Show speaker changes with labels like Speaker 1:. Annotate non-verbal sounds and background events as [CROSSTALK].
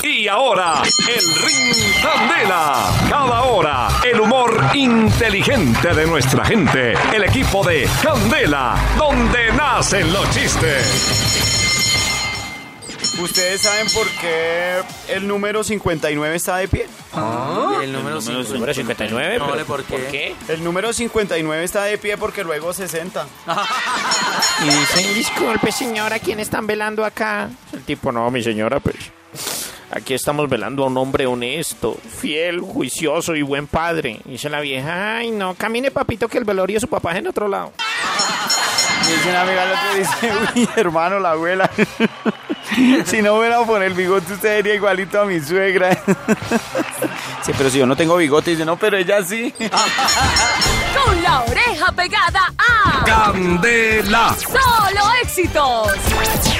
Speaker 1: Y ahora, el Ring Candela. Cada hora, el humor inteligente de nuestra gente. El equipo de Candela, donde nacen los chistes.
Speaker 2: ¿Ustedes saben por qué el número 59 está de pie?
Speaker 3: Ah, el número, el número 59. 59 no, pero, ¿por, qué? ¿por, qué?
Speaker 2: El número 59 está de pie porque luego 60.
Speaker 4: y dicen, disculpe señora, ¿quién están velando acá? El tipo, no, mi señora, pues... Aquí estamos velando a un hombre honesto, fiel, juicioso y buen padre. Dice la vieja, ay no, camine papito que el velorio de su papá es en otro lado.
Speaker 2: Dice una amiga, la otra dice, [LAUGHS] uy, hermano, la abuela. [LAUGHS] si no hubiera por el bigote, usted sería igualito a mi suegra. [LAUGHS] sí, pero si yo no tengo bigote, dice, no, pero ella sí.
Speaker 5: Con la oreja pegada a...
Speaker 1: Candela.
Speaker 5: Solo éxitos.